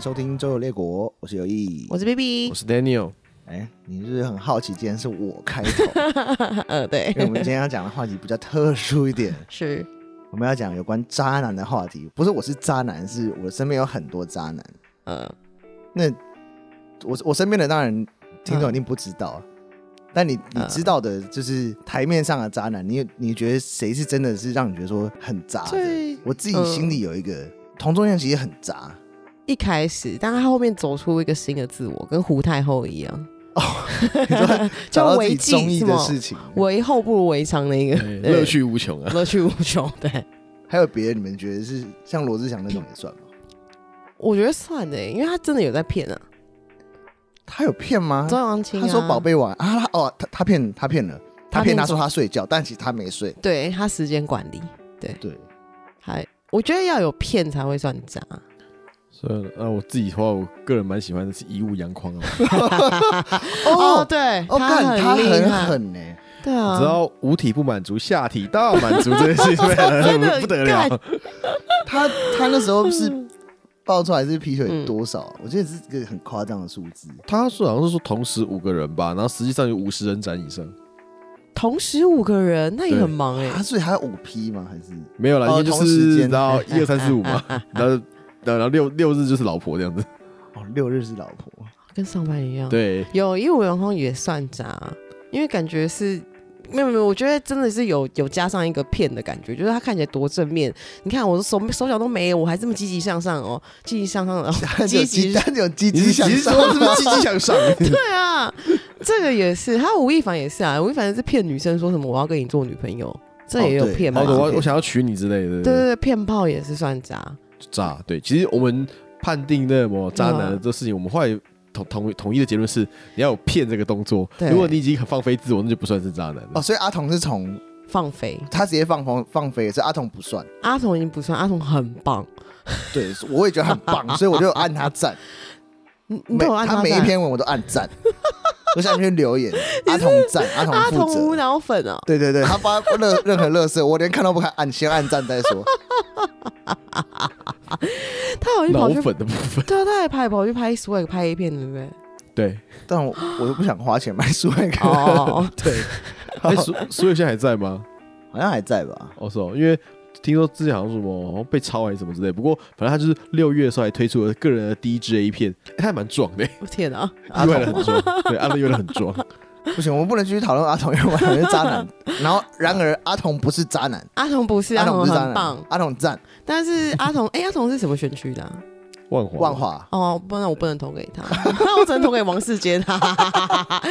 收听《周游列国》，我是有意。我是 BB，我是 Daniel，哎，你是不是很好奇，今天是我开头， 呃，对因为，我们今天要讲的话题比较特殊一点， 是，我们要讲有关渣男的话题。不是我是渣男，是我身边有很多渣男。呃，那我我身边的当然听众一定不知道，但你你嗯知道的就是台面上的渣男，你你觉得谁是真的是让你觉得说很渣的？最我自己心嗯里有一个、同同性恋，其实很渣。 一开始，但他后面走出一个新的自我，跟胡太后一样，你说找到自己违纪中意是的吗事情，为后不如为上那个对对哎乐趣无穷啊！乐趣无穷。对，还有别的你们觉得是像罗志祥那种也算吗？我觉得算的，因为他真的有在骗啊，他有骗吗？周扬青、啊，他说宝，贝晚安啊，他哦，他他骗他骗了，他他骗骗他什说他睡觉，但其实他没睡。对他时间管理，对，还我觉得要有骗才会算渣，所以那我自己的话，我个人蛮喜欢的是衣物阳光啊。哦，对，哦，干他厉很害，狠欸呢，对你啊，知道五体不满足，下体大满足这件事情真的不得了。他他那时候是爆出来是劈腿嗯多少？啊我记得是一个很夸张的数字。他说好像是说同时五个人吧，然后实际上有五十人斩以上，同时五个人，那也对很忙哎、啊，所以他有五批吗？还是没有啦，哦因为就同时是间然后一二三四五嘛，然后然后六六日就是老婆这样子。哦，六日是老婆，跟上班一样。对，有业务员工也算渣，因为感觉是。没有没有，我觉得真的是有有加上一个骗的感觉，就是他看起来多正面。你看我的手手脚都没有，我还这么积极向上哦，积极向上哦， 积极但有积你极是向你是上，说是不是积极向上？对啊，这个也是。他吴亦凡也是啊，吴亦凡是骗女生说什么我要跟你做女朋友，这也有哦对骗吧？好的，我对我想要娶你之类的。对对对，骗炮也是算渣。渣。对，其实我们判定那么渣男嗯的这事情，我们后来统统统一的结论是，你要有骗这个动作。对如果你已经很放飞自我，那就不算是渣男了。哦，所以阿童是从放飞，他直接放放放飞，所以阿童不算。阿童已经不算，阿童很棒。对，我也觉得很 棒，所以我就按他赞。你你每都有按他每一赞篇文我都按赞，我下面去留言，阿童赞，阿阿童童负无责。脑粉啊，对对对，他 发任任何乐色，我连看都不看，按先按赞再说。他好像脑跑去，粉的部分，对啊，他还跑跑去拍 swag 拍 A 片，对不对？ 对。但我我又不想花钱买书来看，哦，对，哎，苏苏有现在还在吗？好像还在吧？哦，是哦，因为听说之前好像什么好像被抄还是什么之类，不过反正他就是六月的时候还推出了个人的第一支 A 片，哎他还蛮壮的， 我天啊！阿意童外的很壮，对，阿乐意外的很 壮，不行，我们不能继续讨论阿童，因为我们是渣男。然后，然而阿童不是渣男，阿童不是阿童童不是渣很男棒，，阿童赞但是阿童哎、阿童是什么选区的啊、万华，万，华。哦，不然我不能投给他， 那我只能投给王世坚哈哈哈哈哈。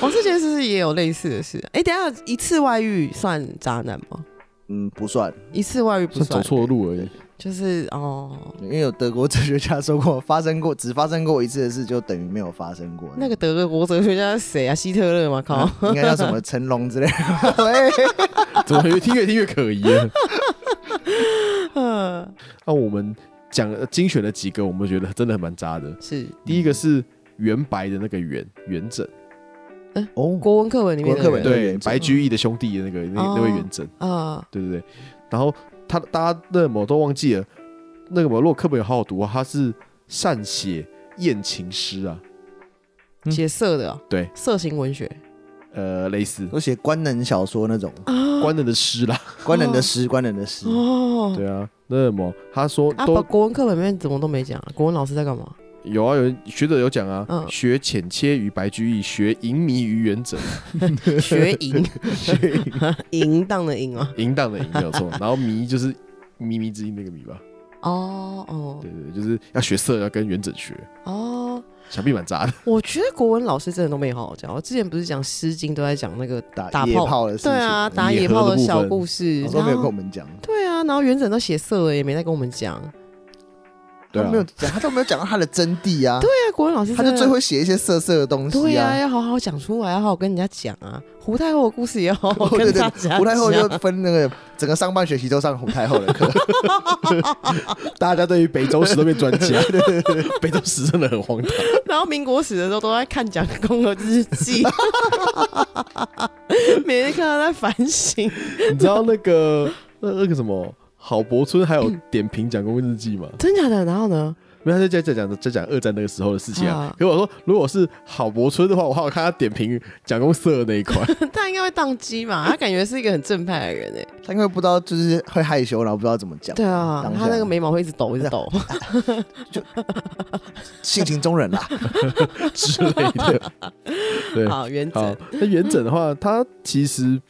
王世坚是不是也有类似的事？哎、等一下一次外遇算渣男吗？嗯，不算，一次外遇不算走算，错路欸而已。就是哦，因为有德国哲学家说过，发生过只发生过一次的事，就等于没有发生过。那个德国哲学家是谁啊？希特勒吗？ 靠！应该叫什么成龙之类的。喂，怎么 越听越听越可疑了？嗯，那我们讲了精选了几个，我们觉得真的蛮渣的。是第一个是圆白的那个圆圆整，哦国文课文里面的国文课人本对圆，整白居易的兄弟的那个那哦那位圆整，啊、对对对。然后他大家那么都忘记了，那个某如果课本有好好读啊，他是善写艳情诗啊，嗯写色的、哦，对，色情文学呃，类似我写官能小说那种，啊，官人的诗啦，官能的诗，官能的诗。哦，对啊。那么他说啊，都不国文课本里面怎么都没讲啊、国文老师在干嘛？有啊，有人学者有讲啊，嗯学浅切于白居易，学淫靡于元稹，学 淫， 淫荡的淫啊。 淫荡的淫没有 错，然后靡就是靡靡之音那个靡吧，哦哦对对，对就是要学色要跟元稹学，哦，想必蛮渣的。我觉得国文老师真的都没好好讲。我之前不是讲《诗经》，都在讲那个打打野炮炮的事情，哦对啊，打野炮的小故事，我都没有然跟后我们啊讲，对啊，然后元稹都写色了，也没再跟我们讲。对他啊没有讲，他都没有讲到他的真谛啊。对啊，国文老师他真就的最会写一些色色的东对西啊，。要好好讲出来，要好好跟人家讲啊。胡太后的故事也要好好哦跟 对对大对，家胡太后就讲分那个整个上半学期都上胡太后的课，大家对于北周史都变专家，北周史真的很荒唐。然后民国史的时候都在看蒋公的日 记，每天看他在反省。你知道那个那那个什么郝柏村还有点评蒋公日记吗？真假的？然后呢？没有，他就在在讲在讲二战那个时候的事情啊。啊可我说，如果是郝柏村的话，我好看他点评蒋公社的那一块。他应该会宕机嘛？他感觉是一个很正派的人哎、他应该不知道，就是会害羞，然后不知道怎么讲，对啊当，下他那个眉毛会一直抖，一直抖。性情中人啦。之类的。对，好，原好则，那元稹的话，他其实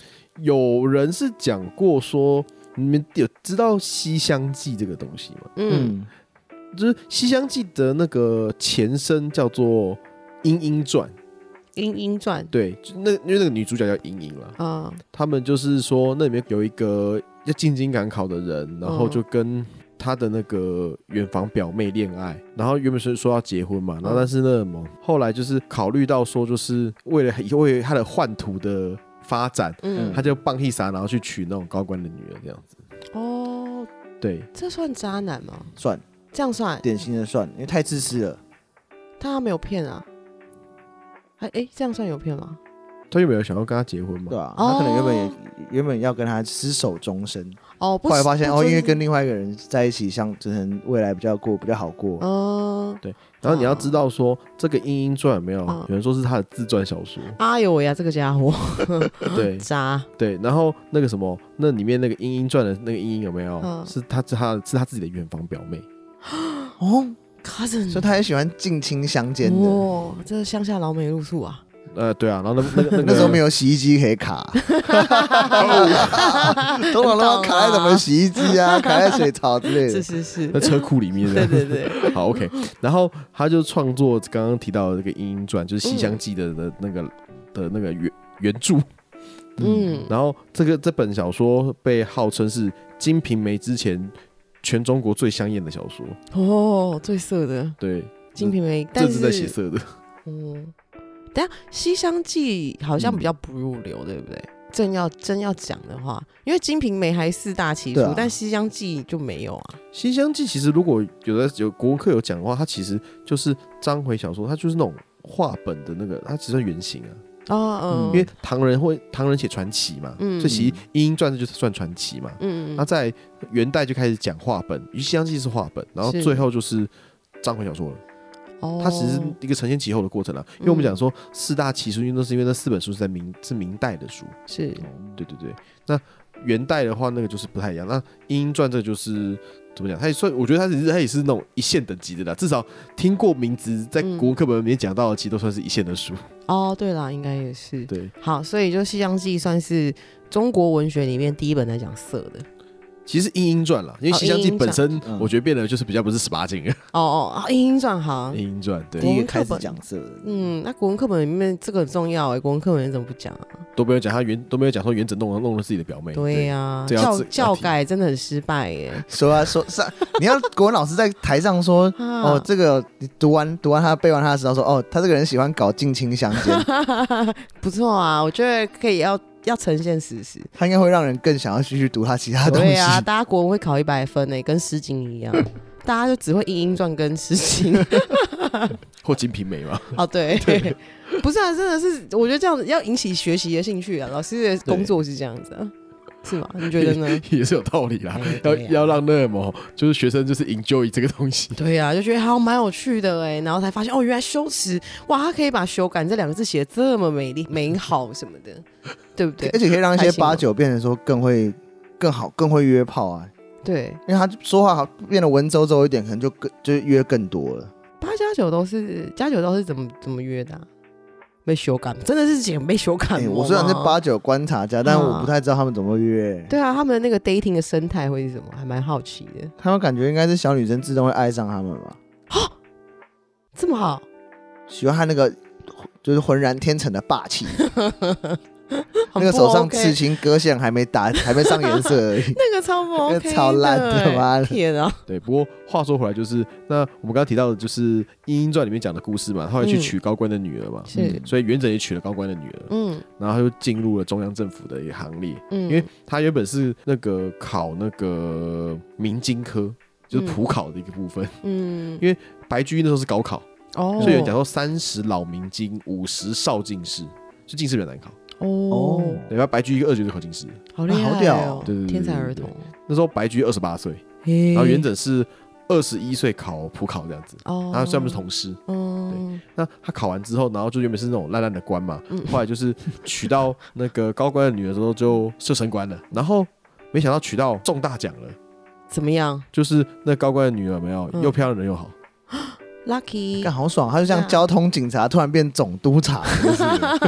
有人是讲过说，你们有知道《西厢记》这个东西吗？嗯，嗯，就是《西厢记》的那个前身叫做《莺莺传》，英英传对，就那因为那个女主角叫莺莺啦。啊，他们就是说，那里面有一个要进京赶考的人，然后就跟他的那个远房表妹恋爱，然后原本是说要结婚嘛，然后但是那么后来就是考虑到说，就是为了以为他的宦途的发展，嗯他就放弃啥，然后去娶那种高官的女人这样子。哦，对，这算渣男吗？算这样算？典型的算，因为太自私了。但他没有骗啊。哎哎，这样算有骗吗？他有没有想要跟他结婚嘛？对啊，他哦可能原本也、原本要跟他厮守终身，哦，不后来发现不哦，尊因为跟另外一个人在一起，像只能未来比较过比较好过。嗯，然后你要知道说，这个《莺莺传》有没有？嗯有人说是他的自传小说，哎呦喂呀，这个家伙对渣，对。然后那个什么，那里面那个《莺莺传》的那个莺莺有没有？嗯是他是他是他自己的远房表妹。哦， cousin，所以他也喜欢近亲相间的。哇，哦这是乡下老美露宿 啊，呃，对啊，然后那那个那个 那时候没有，有洗衣机可以卡，哦 通常都要卡在什么洗衣机啊，卡在水槽之类是的。是 是在，车库里面 对对的。对，好，OK。然后他就创作刚刚提到的这个《莺莺传》，就是《西厢记》的的那个的那个原原著。嗯然后这个这本小说被号称是《金瓶梅》之前全中国最香艳的小说。哦，最色的《对，金瓶梅》，这但是在写是色的。嗯，等一下《西厢记》好像比较不入流，对不对？真要真要讲的话，因为《金瓶梅》还四大奇书，对啊但《西厢记》就没有啊。 《西厢记》其实如果有的有国文课有讲的话，它其实就是章回小说，它就是那种画本的那个，它其实算原型啊。哦，嗯，因为唐人会唐人写传奇嘛，嗯所以其实《莺莺传》这就是算传奇嘛。嗯嗯那嗯在元代就开始讲话本，《于西厢记》是话本，然后是最后就是章回小说了。哦，它其实是一个承先启后的过程啊。因为嗯我们讲说四大奇书，因为那是因为那四本书是在明是明代的书，是对对对。那元代的话，那个就是不太一样。那《莺莺传》这个就是怎么讲？它也算，我觉得它只是它也是那种一线等级的啦。至少听过名字，在嗯国文课本里面讲到的，其实都算是一线的书。哦，对啦，应该也是。对，好，所以就《西厢记》算是中国文学里面第一本在讲色的。其实《莺莺传》啦，因为哦《西厢记莺莺》本传身嗯，我觉得变得就是比较不是十八禁的哦哦，啊《莺莺传》好。《莺莺传》，对，第一个开始讲色的，嗯，那国文课本里面这个很重要哎，国文课本你怎么不讲啊？都没有讲他原都没有讲说元稹弄了弄了自己的表妹。对呀，哎这要教自教要提改真的很失败耶。。说啊说是啊，你要国文老师在台上说啊哦，这个你读完读完他背完他的时候说，哦，他这个人喜欢搞近亲相间， 嗯不错啊，我觉得可以要要呈现事实。他应该会让人更想要继续读他其他东对西。啊，大家国文会考一百分呢、跟《诗经》一样，大家就只会《莺莺传》跟《诗经》。或《金瓶梅》嘛。哦，对，不是啊，真的是，我觉得这样子要引起学习的兴趣啊。老师的工作是这样子啊，是吗？你觉得呢？ 也是有道理啦哎，要对啊要让那么就是学生就是 enjoy 这个东西。对啊，就觉得好蛮有趣的哎、然后才发现哦，原来羞耻哇，他可以把羞感这两个字写得这么美丽、美好什么 的，对不对而？且可以让一开些心了八九变成说更会、更好、更会约炮啊，对，因为他说话好变得文绉绉一点，可能就更就约更多了。八加九都是加九都是怎么怎么约的、啊？被羞感，真的是讲被羞感、哎我虽然是八九观察家，但我啊不太知道他们怎么约、对啊，他们那个 dating 的生态会是什么？还蛮好奇的。他们感觉应该是小女生自动会爱上他们吧，这么好，喜欢他那个 就是浑然天成的霸气， 很那个不手上 OK。刺青割线还没打， 还没上颜色而已那个超不那个 OK，超烂的欸妈的 天啊，对，不过话说回来，就是那我们刚刚提到的，就是《莺莺传》里面讲的故事嘛，他会去嗯娶高官的女儿嘛，嗯是所以元稹也娶了高官的女儿，嗯然后他就进入了中央政府的一个行列，嗯，因为他原本是那个考那个明经科，就是普考的一个部分。嗯为白居易那时候是高考，哦，所以有人讲说三十老明经，五十少进士，就进士比较难考。 哦，对，然后白居易二十九就考进士，好厉害、哦啊好屌哦对对对对天才儿童，那时候白居易二十八岁，然然后元稹是二十一岁考普考这样子。哦，然后虽然不是同师，嗯，那他考完之后，然后就原本是那种烂烂的官嘛，嗯后来就是娶到那个高官的女儿之后就射神官了，然后没想到娶到中大奖了，怎么样就是那高官的女儿有没有嗯又漂亮人又好， ？Lucky，干好爽，他就像对啊交通警察突然变总督 察，就是差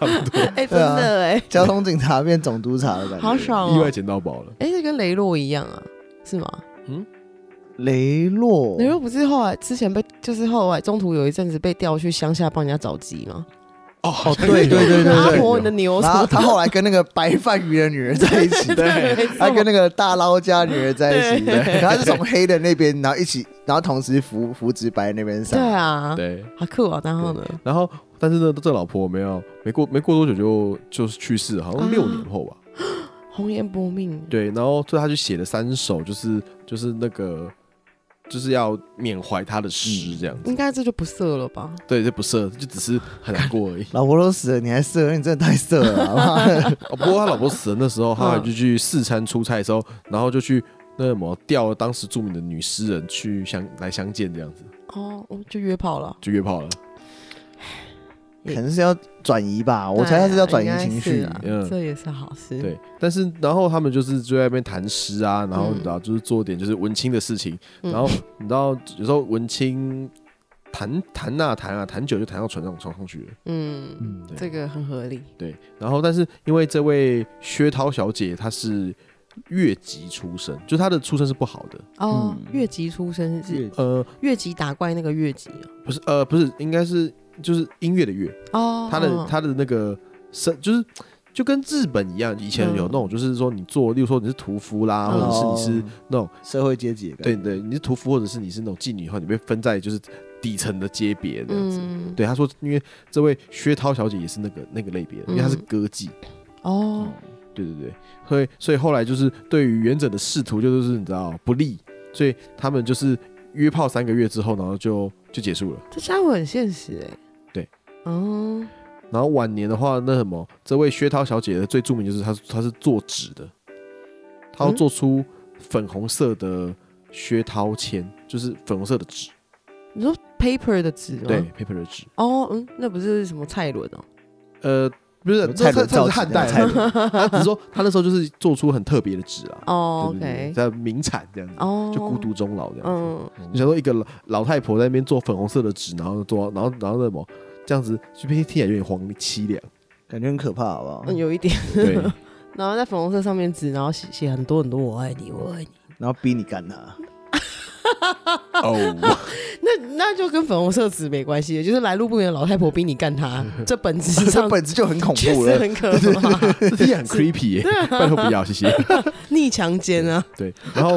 不多哎，真啊的哎，交通警察变总督察的感觉，好爽意哦外！捡到 宝了。哎，这跟雷洛一样啊，是吗？雷洛，雷洛不是后来之前被，就是后来中途有一阵子被调去乡下帮人家找鸡吗？哦，对对对对对阿婆，你的牛什然后么的？他后来跟那个白饭鱼的女儿在一 起，对， 他跟那个大捞家女儿在一起，对然后他是从黑的那边，然后一起，然后同时扶扶植白那边 对上，。啊，对，好酷啊！然后呢？然后但是呢，这老婆没有没过没过多久就就是去世，好啊像六年后吧。红颜薄命，对，然后最后他就写了三首，就是就是那个就是要缅怀他的诗这样子。应该这就不色了吧？对，这不是，就只是很难 过而已老婆都死了，你还色，你真的太色了好不好，哦，不过他老婆死的那时候，他嗯还就去四川出差的时候，然后就去那什么调了当时著名的女诗人去相来相见，这样子哦，我就约炮了。就约炮了。可能是要转移吧，我猜他是要转移情绪哎，应该是啊嗯这也是好事。，对，但是然后他们就是就在那边谈诗啊，然后嗯你知道就是做点就是文青的事情，嗯然后你知道有时候文青谈谈呐谈啊谈久就谈到船上床上去了，嗯，嗯，对这个很合理。对，然后但是因为这位薛涛小姐她是越级出身，就她的出身是不好的，哦嗯，越级出身是呃，越级打怪那个越级啊不是呃不是，应该是就是音乐的乐，哦。她的哦她的那个身就是。就跟日本一样，以前有那种，就是说你做，例如说你是屠夫啦，嗯或者是你是哦那种社会阶级的感觉，对对，你是屠夫或者是你是那种妓女的话，你被分在就是底层的阶别这样子。嗯，对，他说，因为这位薛涛小姐也是那个那个类别的，因为她是嗯歌妓。哦，对对对，所以所以后来就是对于原者的仕途就是你知道不利，所以他们就是约炮三个月之后，然后就就结束了。这家伙很现实哎。对，哦，然后晚年的话，那什么，这位薛涛小姐的最著名就是她是她是做纸的，她要嗯做出粉红色的薛涛签，就是粉红色的纸，你说 paper 的纸吗？对，，paper 的纸。哦，嗯，那不是什么蔡伦哦，呃，不是，蔡蔡伦伦造啊是纸汉代的蔡伦的， 他只是说他那时候就是做出很特别的纸啊，哦对对对，OK，叫名产这样子，哦，就孤，独终老这样子。嗯，你想说一个老老太婆在那边做粉红色的纸，然后做，然后然后那什么这样子，就听起来有点荒凄凉。感觉很可怕，好不好？嗯有一点， 对， 然后在粉红色上面纸，然后写写很多很多“我爱你，我爱你然后逼你干他，哦，”，那那就跟粉红色纸没关系，就是来路不明的老太婆逼你干 她，这本质这上本质就很恐确怖实了。很可怕， 这听起来很 creepy，耶拜托不要，谢谢。逆强奸啊，对，然后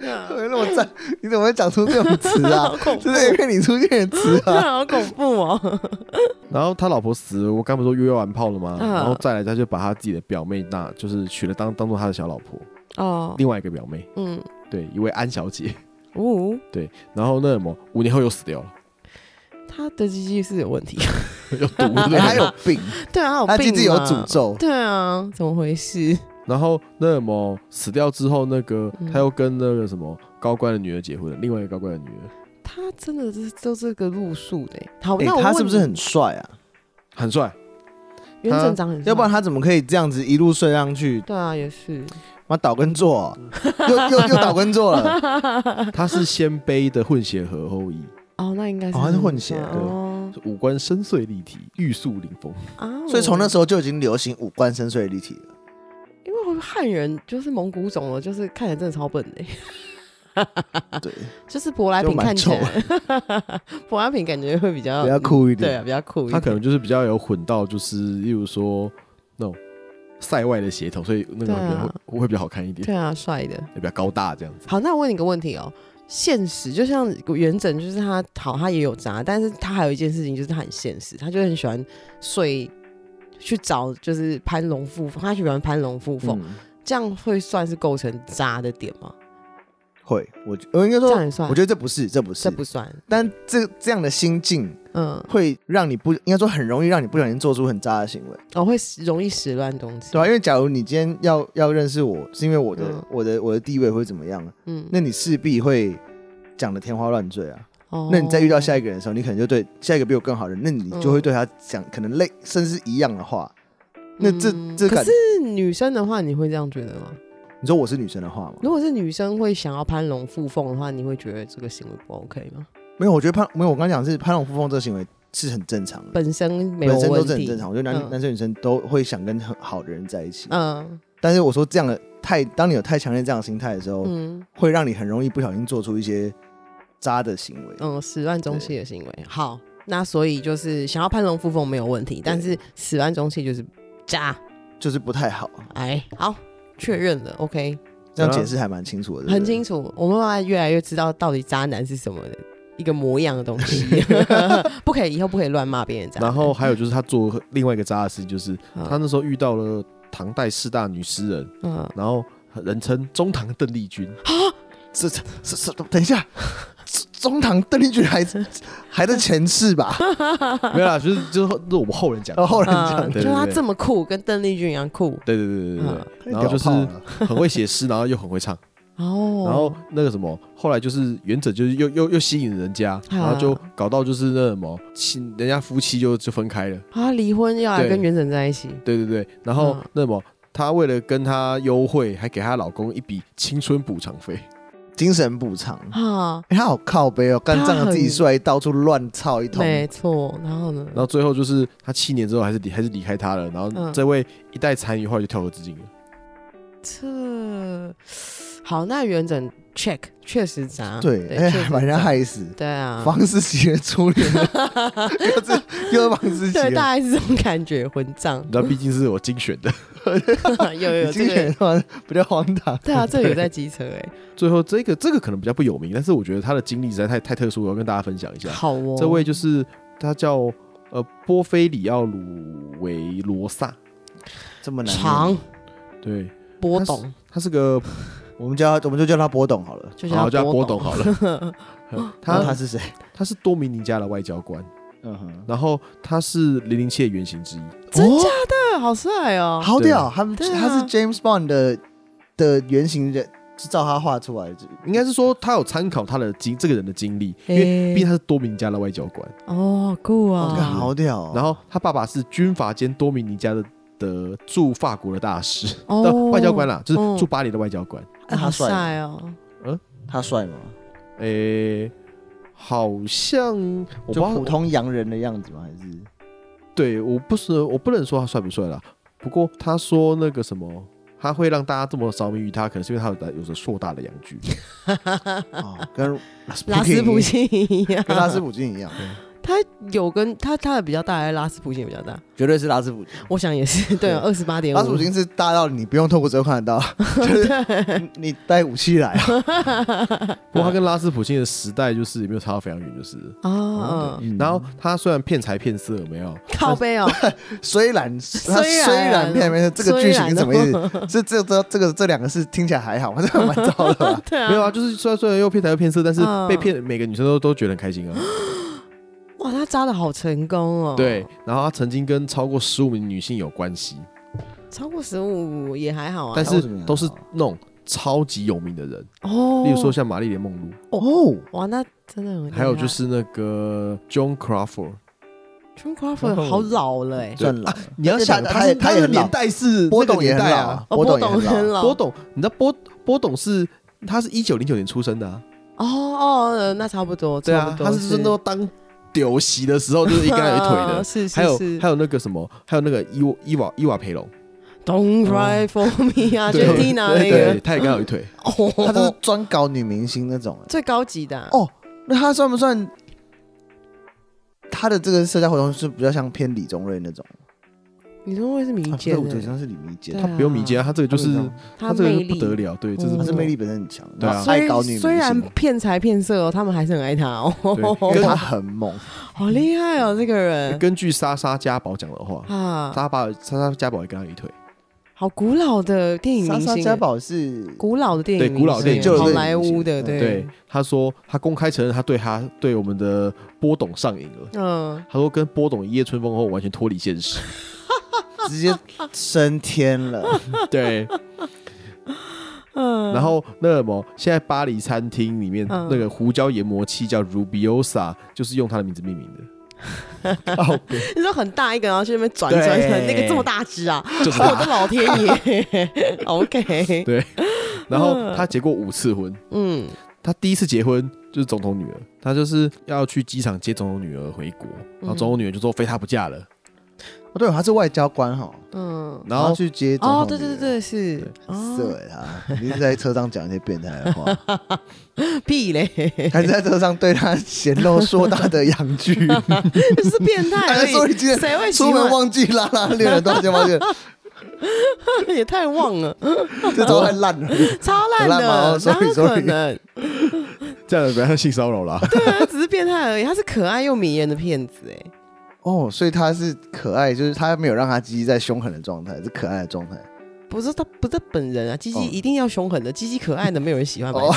那么赞，你怎么会讲出这种词啊 好？恐怖，就是因为你出现的词啊。 好恐怖 哦，然后他老婆死了，我刚不是说约完炮了吗？嗯然后再来，他就把他自己的表妹那，就是娶了当当做他的小老婆，哦，另外一个表妹，嗯，哦对，一位安小姐。 呜，对，然后那什么，五年后又死掉了， 他的鸡鸡是有问题，有毒对不 对对他有病，对啊，他有病自己有嘛诅，咒，对啊，怎么回事？然后那什么死掉之后，那个嗯他又跟那个什么高官的女儿结婚了，另外一个高官的女儿他真的是都这个路数嘞，好，哎那，我他是问不是你很帅啊？很帅，袁他正长很帅？ 要不然他怎么可以这样子一路顺上去？对啊，也是。妈倒跟坐哦，又又又倒跟坐 了。他是鲜卑的混血合后裔，哦，那应该是哦他是混血很帅对哦五官深邃立体，玉树临风。啊！所以从那时候，候就已经流行五官深邃立体了。因为汉人就是蒙古种了，就是看起来真的超笨的， 对，就是舶来品看起来， 舶来品感觉会比较比较，酷一对点。啊，比较酷一点。他可能就是比较有混到，就是例如说那种塞外的血统，所以那个对会比较、啊会比较好看一点，对啊，帅的。也比较高大这样子。好，那我问你个问题哦。现实就像元稹，就是他好，他也有渣，但是他还有一件事情，就是他很现实，他就很喜欢睡，去找就是攀龙附凤，他喜欢攀龙附凤，嗯这样会算是构成渣的点吗？会，我我应该这说样，也算我觉得这不是，这不是这，不算，但这这样的心境嗯，会让你不应该说很容易让你不小心做出很渣的行为，哦，会使容易始乱终弃。对吧、啊因为假如你今天要要认识我，是因为我的、嗯我的我的地位会怎么样，嗯，那你势必会讲的天花乱坠啊。哦那你再遇到下一个人的时候，你可能就对下一个比我更好的人，那你就会对他讲可能类甚至一样的话。那这、嗯这可感是，女生的话，你会这样觉得吗？你说我是女生的话吗？如果是女生会想要攀龙附凤的话，你会觉得这个行为不 OK 吗？没有，我觉得潘没有，我刚讲是潘龙富凤这个行为是很正常的，本身呃没有本身都问题，是很正常。我觉得男、嗯男生女生都会想跟很好的人在一起，嗯但是我说这样的太，当你有太强烈这样的心态的哦时候，嗯会让你很容易不小心做出一些渣的行为。嗯，始乱终弃的行为。好，那所以就是想要攀龙附凤没有问题，但是始乱终弃就是渣。就是不太好，哎，好，确认了，OK，这样解释还蛮清楚的，对不很对清楚。我们慢慢越来越知道到底渣男是什么的一个模样的东 西， 不可以以后不可以乱骂别人渣男。然后还有就是他做另外一个渣的事情，就是他啊嗯那时候遇到了唐代四大女诗人，嗯， 然后人称中唐邓 丽君，这这这这，等一下，中中堂邓丽君还还在前世 吧？没有啦，就是就是就是我们后人讲的然后。后人讲的，嗯，就对是他对这么酷，跟邓丽君一样酷对对对嗯对对对，太然后屌就是炮了很会写诗，然后又很会唱，哦。然后那个什么，后来就是原者就是又又又吸引人家，然后就搞到就是那什么亲人家夫妻就就分开了，他离婚要来对跟元稹在一起，对对对，然后嗯那什么。她为了跟她幽会，还给她老公一笔青春补偿费。精神补偿。嗯哈，欸他好靠背哦，干仗他着很自己帅，到处乱操一通。没错。然后呢然？后最后就是她七年之后还是离还是离开他了。然后嗯这位一代残余后来就跳河自尽了。这 好，那元稹 check 确实渣，对，哎、确实把人家渣害死。对啊， 房思琪的初恋了， 又是又是房思琪对，了，大概是这种感觉，混 账你知道，毕竟是我精选的。有有 你有这精选个。的话比较荒唐。对啊， 这个有在机车哎、最后这个这个可能比较不有名，但是我觉得他的经历实在太太特殊了，我要跟大家分享一下。好哦，这位就是他叫呃波菲里奥鲁维罗萨，这么难念长对，波董，他是个我们叫他我们就叫他波董好了。就好叫啊叫波波董好了。 嗯他他他是谁？他是多米尼加的外交官，嗯哼，然后他是零零七的原型之一。真哦假对，好帅哦，好屌！他们对啊他是 James Bond 的的原型人，是照他画出来的。应该是说他有参考他的经这个人的经历，因为嘿毕竟他是多米尼加的外交官，哦，好酷哦，这个啊，好屌哦！然后他爸爸是军阀兼多米尼加的的驻法国的大使，哦的 外交官啊啦，就哦是驻巴黎的外交官。哎好他帅吗帅哦，他帅吗？诶、好像我不就知道普，通洋人的样子吗？还是对，我不是我不能说他帅不帅啦。不过他说那个什么，他会让大家这么着迷于他，可能是因为他有有着硕大的阳具。 哦，跟拉斯普京一样， 跟拉斯普京一 样，他有跟他他的比较大，还是拉斯普京比较大？绝对是拉斯普京。我想也是，对，啊二十八点五。拉斯普京是大到你不用透过遮看得 到，就是你你带武器来啊，不过他跟拉斯普京的时代就是也没有差到非常远，就是。啊， 嗯嗯然后他虽然骗财骗色，有没有，靠背哦，虽然他虽然虽然片里面这个剧 情是什么意虽然思？这这这这个这两个是听起来还好 吗？这个蛮糟的 吧？对没有啊，啊，就是虽然虽然又骗财又骗色，但是嗯被骗每个女生都都觉得很开心啊。哇，他扎的好成功哦，对，，然后他曾经跟超过十五名女性有关系，超过十五也还好啊但，超过是15名啊都是那种超级有名的人，哦，嗯例如说像玛丽莲梦露，哦，哇，那真的很厉害，还有就是那个 John Crawford。 John Crawford 好老了哎，算老，你要想他也他也的很老年代是波那个董也年很代老啊啊，，哦董也波董很老，老波董，你知道波波董是他是一九零九年出生的啊，哦哦，呃那差不多，对差啊不，多他是真的当丢席的时候就是一根有一腿 的。啊是还有是还有那个什么，还有那个伊瓦伊瓦伊瓦培龙， Don't cry for me 啊，就哦对 Tina 那对，个，他也刚好有一腿。哦，他就是专搞女明星那种。最高级的啊哦那他算不算？他的这个社交活动是比较像偏李宗瑞那种，啊你说会是啊民间我觉得的，像是李明杰，对他啊不用米啊，他这个就是他这个魅就力不得了，对，这嗯他是是魅力本身很强，对啊然后虽爱搞女明虽然啊星，骗财骗色哦，他们还是很爱他因哦为，他很猛，好厉害哦，这个人根据莎莎家宝讲的话，啊，莎莎莎莎家宝也跟他有一腿，好古老的电影莎明莎星家欸，宝是古老的电影对明星欸，古老电影好明莱星坞的，嗯对对，，他说他公开承认他对他对我们的波董上瘾了。嗯，他说跟波董一夜春风后完全脱离 现实。 直接升天了， 对，然后那什么，现在巴黎餐厅里面嗯那个胡椒研磨器叫 Rubiosa，就是用他的名字命名的， 哦靠北你说很大一个，然后去那边转转转，那对个这么大只啊！就是我他。的老天爷，OK，对，然后他结过五次婚，嗯，他第一次结婚就是总统女儿，他就是要去机场接总统女儿回国，嗯然后总统女儿就说非他不嫁了，哦，对，他是外交官哈，嗯，然后后去接总哦，统对女对对儿，对，是，哦，色他，你是在车上讲一些变态 的话，屁嘞，还是在车上对他显露硕大的阳 具，这是变态而还已，说你哎今天谁会喜出门欢？忘记拉拉链了，突然间发现 也太旺了，这招太烂了，超烂很烂吗哦的，哪 sorry，有可 sorry 能？这样不要性骚扰啦。对啊，他只是变态而已，他是可爱又迷人的骗子，哎， 哦，所以他是可爱，就是他没有让他鸡鸡在凶狠的状态，是可爱的状态。不是他不是他本人啊，鸡鸡哦一定要凶狠的，鸡鸡可爱的没有人喜欢，白哦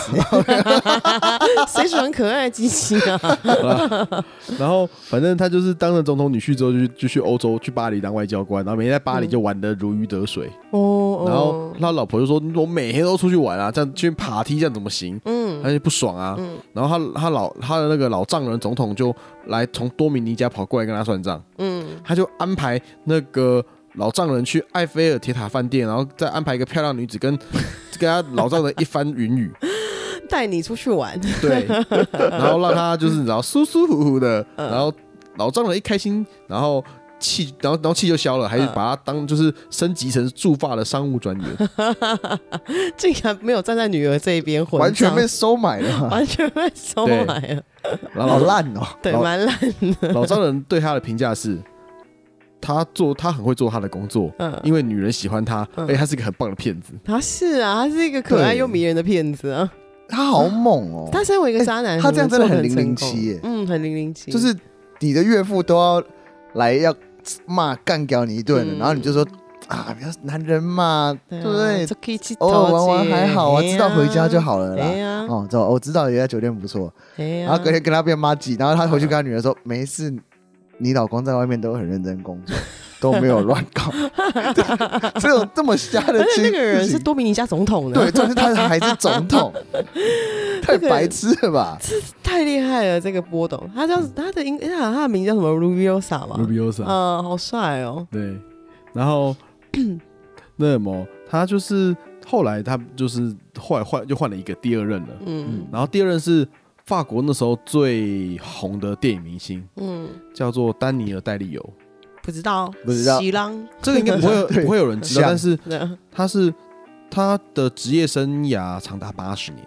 痴 谁喜欢可爱的鸡鸡 啊？ 然后反正他就是当了总统女婿之后，就就去欧洲去巴黎当外交官，然后每天在巴黎就玩得如鱼得水。哦，然后哦他老婆就说：“我每天都出去玩啊，这样去爬梯这样怎么行？”嗯他就不爽啊。嗯然后他他老他的那个老丈人总统就来从多米尼加跑过来跟他算账，嗯他就安排那个老丈人去埃菲尔铁塔饭店，然后再安排一个漂亮女子跟 跟他老丈人一番云雨，带你出去玩， 对，然后让他就是然后舒舒服服的，嗯然后老丈人一开心，然后。气，然后然后气就消了，还是嗯把他当就是升级成驻发的商务专 员，竟然没有站在女儿这一边，混完全账被收买了， 完全被收对买了， 然后好烂哦！对，老蛮烂的，老丈人对他的评价是，他做他很会做他的工作，嗯，因为女人喜欢他，嗯而且他是一个很棒的骗子。他是啊，他是一个可爱又迷人的骗子啊，他好猛哦！ 他身为一个渣男，欸他这样怎么真的很做得成功007耶嗯，很零零七，就是你的岳父都要来要骂干掉你一顿了，嗯然后你就说啊，不要男人嘛，对啊不对？啊这可以去偶尔玩玩还好啊，哎呀知道回家就好了哎啦。呀，哦，啊知道，我知道有一家酒店不错。哎呀，然后隔天跟他变妈鸡，然后他回去跟他女儿说，没事，你老公在外面都很认真工 作，都没有乱搞。这种这么瞎的而 且亲，那个人是事情多米尼加总统呢，对，重点是他还是总统， 太白痴了 吧？太厉害了，这个波董，他叫嗯他的英，他他的名叫什么 Rubiosa 嘛， Rubiosa，嗯，好帅哦，对，然后 那什么，他就是后来他就是后来换就换了一个第二任了，嗯然后第二任是法国那时候最红的电影明星，嗯，叫做丹尼尔戴利尤。不知道，不知道喜郎，这个应该不 会有对不会有人知道，像但是对啊他是他的职业生涯长达八十年，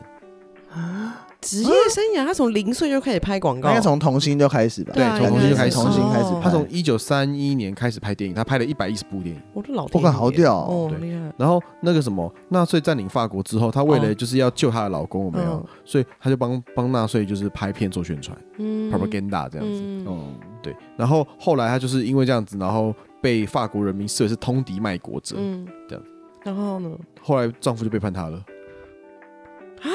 职业生涯，他从零岁就开始拍广他告，应该从童星就开始吧？对啊从应该是新就开始从新开始哦他从一九三一年开始拍电影，他拍了一百一十部电影。我的老我天看爷，好屌哦，哦，对厉害，然后那个什么，纳粹占领法国之后，她为了哦就是要救她的老公，有没有？嗯所以她就帮帮纳粹就是拍片做宣传、嗯 p r o p a g a n d a 这样子。嗯哦，对，然后后来她就是因为这样子，然后被法国人民视为是通敌卖国者。嗯，这样然后呢？后来丈夫就背叛她了。啊，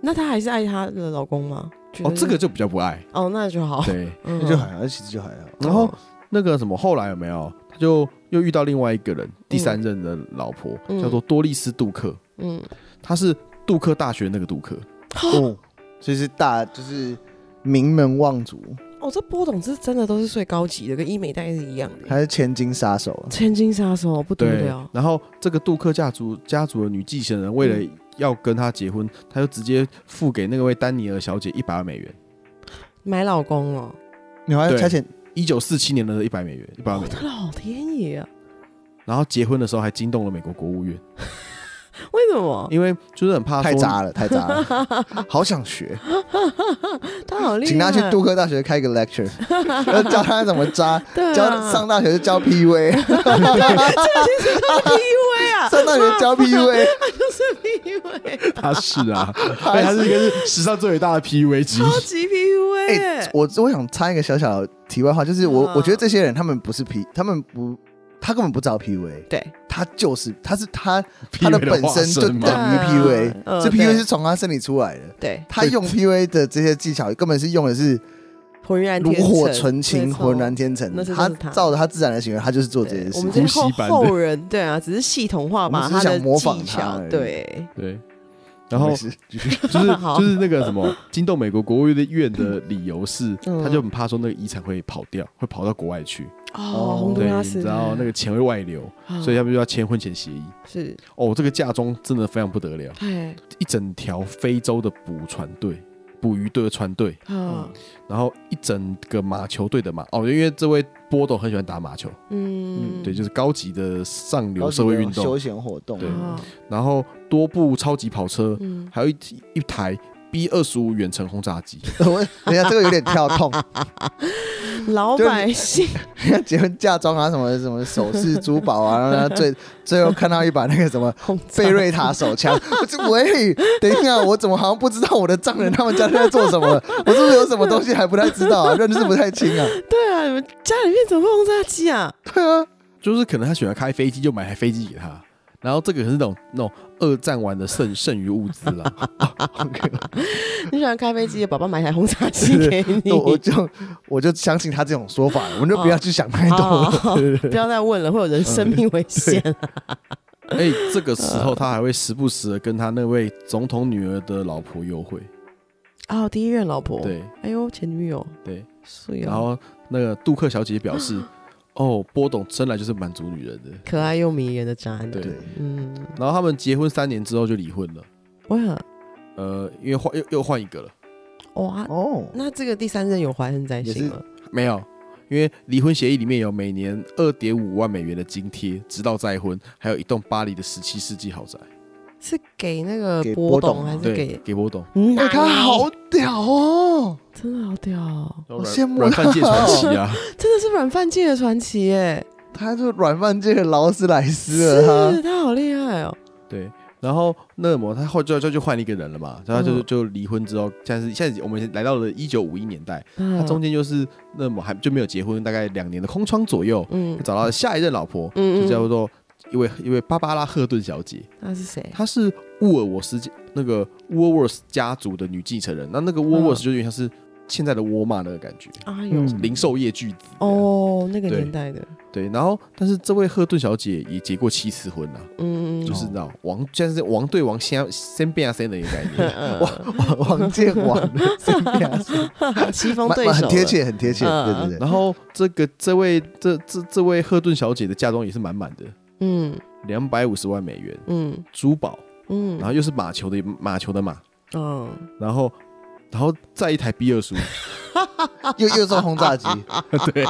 那她还是爱她的老公吗？觉得哦，这个就比较不爱。哦，那就好，对，嗯哦那就还好，那其实就还好。然后那个什么，后来有没有？她就又遇到另外一个人，第三任的老婆、嗯叫做多丽丝·杜克，嗯，她是杜克大学那个杜克。哦，所以是大就是名门望族，哦，这波董是真的都是最高级的，跟医美代是一样的，还是千金杀手啊？千金杀手不得对了，，然后这个杜克家族家族的女继承人为了要跟他结婚，他就直接付给那位丹尼尔小姐一百万美元，买老公哦，你还对差钱一九四七年的一百美元，一百万我美元。的 老天爷啊！然后结婚的时候还惊动了美国国务院，为什么？因为就是很怕太说渣了，太渣了， 好想学，他好厉害，请他去杜克大学开个 lecture，要教他怎么渣，对啊教上大学就教 PUA， PUA 啊，上大学教 PUA，他就是 PUA，他是啊，对，他是一个是史上最伟大的 PUA 之 超一。级 PUA，哎耶我我想插一个小小的题外话，就是我嗯我觉得这些人他们不是 P，他们不他根本不找 PUA，对，他就是他是他他的本身就等于对啊 PUA，嗯这对 PUA 是从他身里出来的。对，他用 PUA 的这些技巧，根本是用的是浑然炉天成火纯青、没错浑然天成的。那是他就是他照着他自然的行为，他就是做这对些我事们情。这些呼后吸版的后人对啊，只是系统化我们把只是他的想模仿技他巧而已对，对，然后没事继 续就是好就是那个什么惊动美国国务院的理由是， 嗯他就很怕说那个遗产会跑掉，会跑到国外去，哦哦，洪都对，拉你斯，知道那个钱会外流，啊，所以他们就要签婚前协议。是，哦，这个嫁妆真的非常不得了，哎，一整条非洲的捕船队。捕鱼队的船队，啊，然后一整个马球队的马哦，因为这位波斗很喜欢打马球，嗯，对，就是高级的上流高级社会的运动休，闲活动，对啊然后多部超级跑车，嗯，还有一一台 B 二十五远程轰炸机， 我等一下这个有点跳 痛，老就是百姓，人家结婚嫁妆啊，什么什么首饰、珠宝啊，然后他 最最后看到一把那个什么 贝瑞塔手枪， 我就喂，等一下，我怎么好像不知道我的丈人他们家在做什么了？我是不是有什么东西还不太知道啊？认识不太清啊？对啊，你们家里面怎么会有轰炸机啊？对啊，就是可能他喜欢开飞机，就买台飞机给他。然后这个是那种那种二战完的剩剩余物资啦， 你喜欢开飞机，爸爸买台轰炸机给你 那。我就我就相信他这种说法了，我们就不要去想太多啊了。 不要再问了，会有人生命嗯危险。哎，这个时候他还会时不时的跟他那位总统女儿的老婆幽会，哦，第一任老婆，，对哎呦，前女友，对。所以然后那个杜克小姐表示，哦，波董生来就是满足女人的。可爱又迷人的渣男，对对，嗯，然后他们结婚三年之后就离婚了，我想，呃，因为换又又换一个了，哇，哦，那这个第三任有怀恨在也心是了，没有。因为离婚协议里面有每年二点五万美元的津贴，直到再婚，还有一栋巴黎的十七世纪豪宅，是给那个给波波董董啊还是对给，？给波董。嗯那哎他好屌哦！真的好屌哦，好好羡慕软他饭界传奇啊！真的是软饭界的传奇耶，他是软饭界的劳斯莱斯啊了，是他他好厉害哦，对，然后那么他后就就就换了一个人了嘛，然后就嗯就离婚之后，现在是现在我们来到了一九五一年代，他他中间就是那么还就没有结婚，大概两年的空窗左右，嗯，找到下一任老婆，嗯嗯就叫做一位一位芭芭拉赫顿小姐，那是谁？她是沃尔沃斯家那个沃尔沃斯家族的女继承人，那那个沃尔沃斯就有点像是现在的沃尔玛那个感觉，哎呦，嗯零售业巨子。哦，那个对年代的，对，然后但是这位赫顿小姐也结过七次婚啊。嗯，就是哦 那种王，现在是王对王先先变啊先的一个概嗯念。哇，王 王建王的身边 是棋逢蛮对蛮手，很贴，切，很贴切，嗯对对对。然后这个这位这这这位赫顿小姐的嫁妆也是满满的，嗯两百五十万美元嗯珠宝，嗯，然后又是马球的马球的马，嗯，然后然后再一台 B 二十五，又又送轰炸机，对，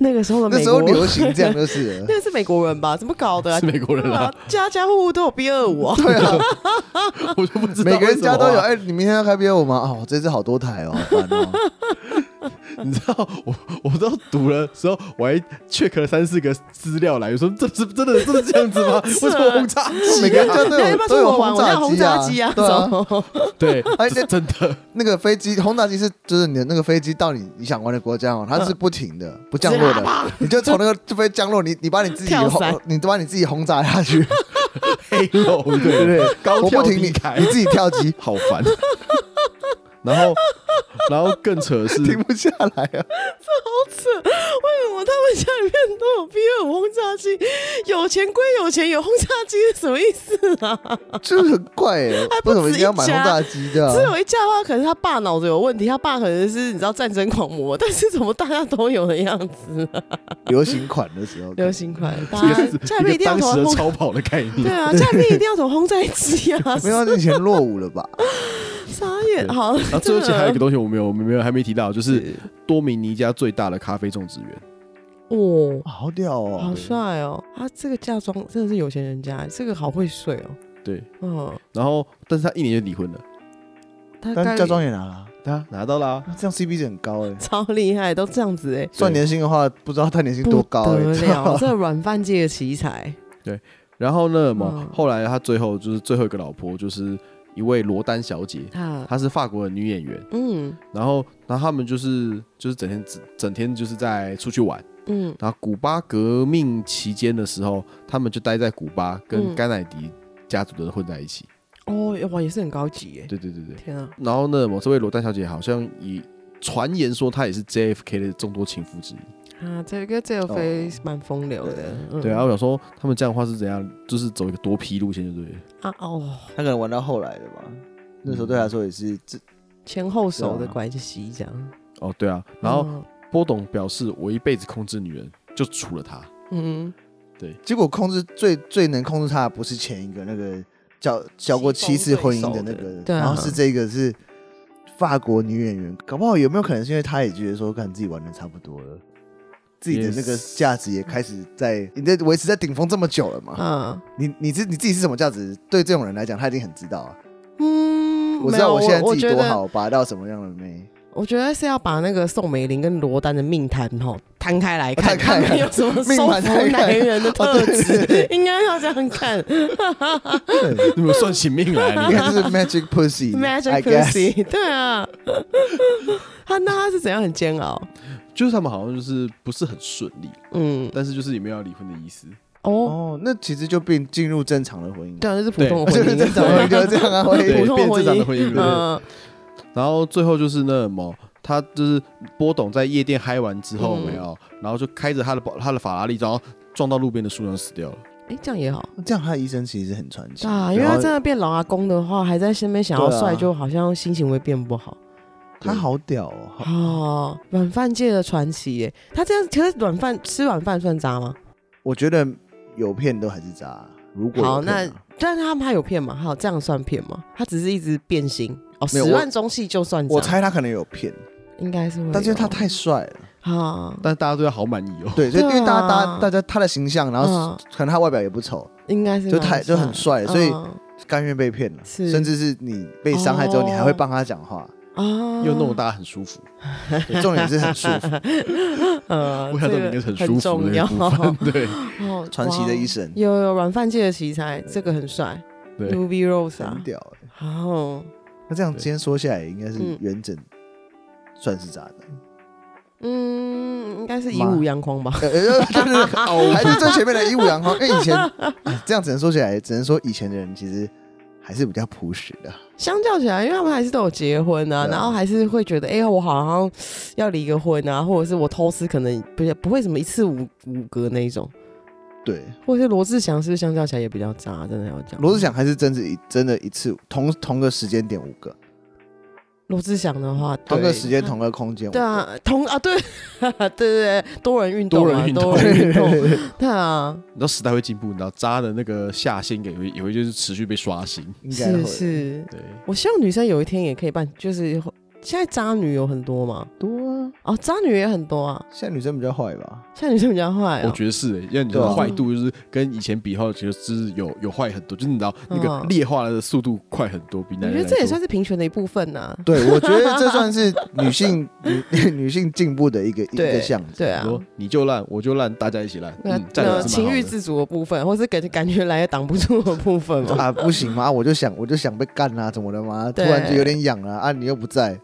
那个时候的那啊美时候国，流行这样就是了。 那是美国人吧？怎么 搞的啊、是美国人啊，啊家家户户都有 B 二五，对啊，我就不知道每个人为什么啊家都有。，哎，你明天要开 B 我吗？哦，这次好多台哦，好烦哦。 你知道我我都读了时候，我还 check 了三四个资料来，我说这是真的真的这样子吗？为什么轰炸每机个人家都你 要有不都要出有国玩？我家有轰轰炸机啊，对什 啊。么？啊？对，而且这真的那个飞机轰炸机是就是你的那个飞机到你你想玩的国家哦，它是不停的不降落的，你就从那个飞降落，你你把你自己跳伞轰，你把你自己轰炸下去，黑楼，对对高我跳不停低你开你自己跳机，好烦。 然后，然后更扯的停是，不下来啊！ 好扯！为什么他们家里面都有 B 二五轰炸机？有钱归有钱，有轰炸机是什么意思啊？就是很怪哎、 欸，不为什么止一定要买一轰家炸机的、 只啊？有一架的话，可能他爸脑子有问题，他爸可能是你知道战争狂魔，但是怎么大家都有的样 子、啊？流行款的时候，流行款，大一个家是家里面一一个定要当时投的轰超跑的概对念。啊，下面一定要走轰炸机 啊！没有啊他以前落伍了吧？傻眼，对好，然后啊最后其实还有一个东东西我没有，我们没有还没提到，就是多米尼加最大的咖啡种植园。哦， 好屌哦！好帅哦！他这个嫁妆真的是有钱人家，这个好会睡哦。对，嗯，然后但是他一年就离婚了，他但概嫁妆也拿了，啊他拿到啦。这样 CP 值很高哎、 超厉害，都这样子哎，算年薪的话，不知道他年薪不多高哎、得知道了，吗这软饭界的奇才。然后呢，嘛嗯，后来他最后就是最后一个老婆就是一位罗丹小姐， 啊，她是法国的女演员。嗯然后，然后他们就是就是整天整整天就是在出去玩。嗯然后古巴革命期间的时候，他们就待在古巴，跟嗯甘乃迪家族的人混在一起。哦，哇，也是很高级耶！对对对对。天啊，然后呢，某这位罗丹小姐好像以传言说她也是 JFK 的众多情妇之一。啊，这个这哦个飞蛮风流的，嗯对啊，我想说他们这样的话是怎样，就是走一个多批路线就对了。啊哦， 他可能玩到后来的吧。那时候对他来说也是这前后手啊的关系这样。哦，对啊。然后嗯波董表示，我一辈子控制女人，就除了她。嗯，结果控制最最能控制他的不是前一个那个交交过七次婚姻的那棋逢对个手，对啊然后是这个是法国女演员，搞不好有没有可能是因为她也觉得说，看自己玩的差不多了，自己的那个也是价值也开始在你在维持在顶峰这么久了嘛？啊，你你自你自己是什么价值？对这种人来讲，他已经很知道啊。嗯，我知道没有我现在自己觉多得好，拔到什么样的 妹。我觉得是要把那个宋美龄跟罗丹的命盘吼摊开来看，哦摊开来他们有什么 命收盘摊服开男人的哦特对质，对对应该要这样 看。 你们算起命来应。了该是 magic pussy。 Magic Pussy，对啊， 他那他是怎样很煎熬？就是他们好像就是不是很顺利，嗯，但是就是也没有要离婚的意思。哦，哦，那其实就变进入正常的婚姻，对啊，就是普通的 就婚是姻，正常的婚姻就是这样啊，婚对姻普通的变婚正姻常的婚姻。对嗯然后最后就是那么，他就是波董在夜店嗨完之后嗯没有，然后就开着他的宝他的法拉利，然后撞到路边的树上死掉了。哎，这样也好这样他的一生其实很传奇啊，因为然他后真的变老阿公的话，还在身边想要对啊帅，就好像心情会变不好。啊他好屌哦，好哦，软饭界的传奇耶！他这样，可是软饭吃软饭算渣吗？我觉得有骗都还是渣啊。如果有好骗啊但是他们他有骗吗？还有这样算骗吗？他只是一直变心哦，没十有万中戏就算渣，我猜他可能有骗，应该是会有，但是因为他太帅了，啊，但是大家对他好满意哦。对，所以因对啊为大家大家大家他的形象，然后嗯可能他外表也不丑，应该是就蛮太就很帅所以嗯甘愿被骗了，是甚至是你被伤害之后，哦你还会帮他讲话，啊，又弄得大家很舒服，对重点是很舒服， 呃，我想到这你个是很舒服重的一要。部分。 对哦传奇的一。哇生，有有软饭界的奇才，这个很帅对， ，Ruby Rose 很啊，屌欸。好，那这样对今天说下来，应该是嗯元稹算是渣男，嗯，应该是以妈武扬匡吧，呃呃对对对，还是最前面的一五阳光。因为以前哎这样只能说起来，只能说以前的人其实还是比较朴实的。相较起来，因为他们还是都有结婚啊，对啊然后还是会觉得，哎、我好像要离个婚啊，或者是我偷吃，可能不不会什么一次五五个那一种，对，或者是罗志祥是不是相较起来也比较渣？真的要讲罗志祥还是真是一真的一次同同个时间点五个，罗志祥的话，同对个时间同个空间五个。对啊，同啊对 对对对，多人运动多啊人，运动多人运 动，对啊，你知道时代会进步，你知道渣的那个下限给会也会就是持续被刷新。应该是会是，对，我希望女生有一天也可以办，就是现在渣女有很多嘛，多啊。哦，渣女也很多啊，现在女生比较坏吧？现在女生比较坏、哦，我觉得是、欸，因为你对啊的坏度就是跟以前比后，其实是有有坏很多，就是你知道那个嗯劣化的速度快很多，比我男人觉得这也来说算是平权的一部分呐、对，我觉得这算是女性女女性进步的一个一对个项目。对啊你，说你就烂，我就烂，大家一起烂，那嗯，这那样子情欲自主的部分，或是感感觉来也挡不住的部 分 嘛。啊，不行吗？啊我就想，我就想被干啊，怎么了嘛？突对然就有点痒了啊！你又不在，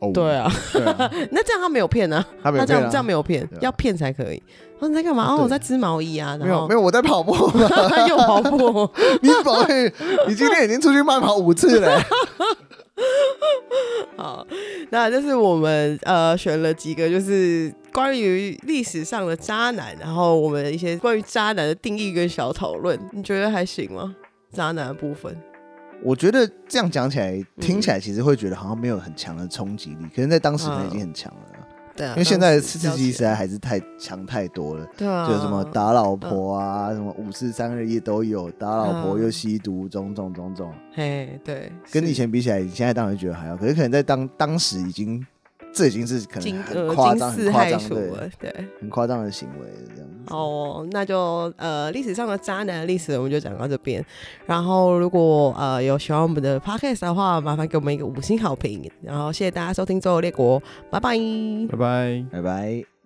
哦，对啊，对啊，那这样他没有骗啊，他没他有这骗样这啊样？没有骗对啊，要骗才可以。他说你在干嘛？哦，对我在织毛衣啊，没然有后没有，我在跑步。 他又跑步， 你跑去，你今天已经出去慢跑五次 了。好，那这是我们呃选了几个就是关于历史上的渣男，然后我们一些关于渣男的定义跟小讨论，你觉得还行吗？渣男的部分，我觉得这样讲起来，听起来其实会觉得好像没有很强的冲击力，可是，在当时可能已经很强了。对啊，因为现在的刺当时激实在还是太强太多了，对啊，就有什么打老婆啊，什么五四三二一都有，打老婆嗯又吸毒，种种种种，嘿，对，跟是以前比起来，你现在当然觉得还好，可是可能在当当时已经，这已经是可惊能呃很夸惊张、世很夸骇张俗了对，，啊对。很夸张的行为这样子。好哦，那就呃历史上的渣男历史我们就讲到这边。然后如果呃有喜欢我们的 podcast 的话，麻烦给我们一个五星好评。然后谢谢大家收听《周游列国》，拜拜。拜拜。拜拜。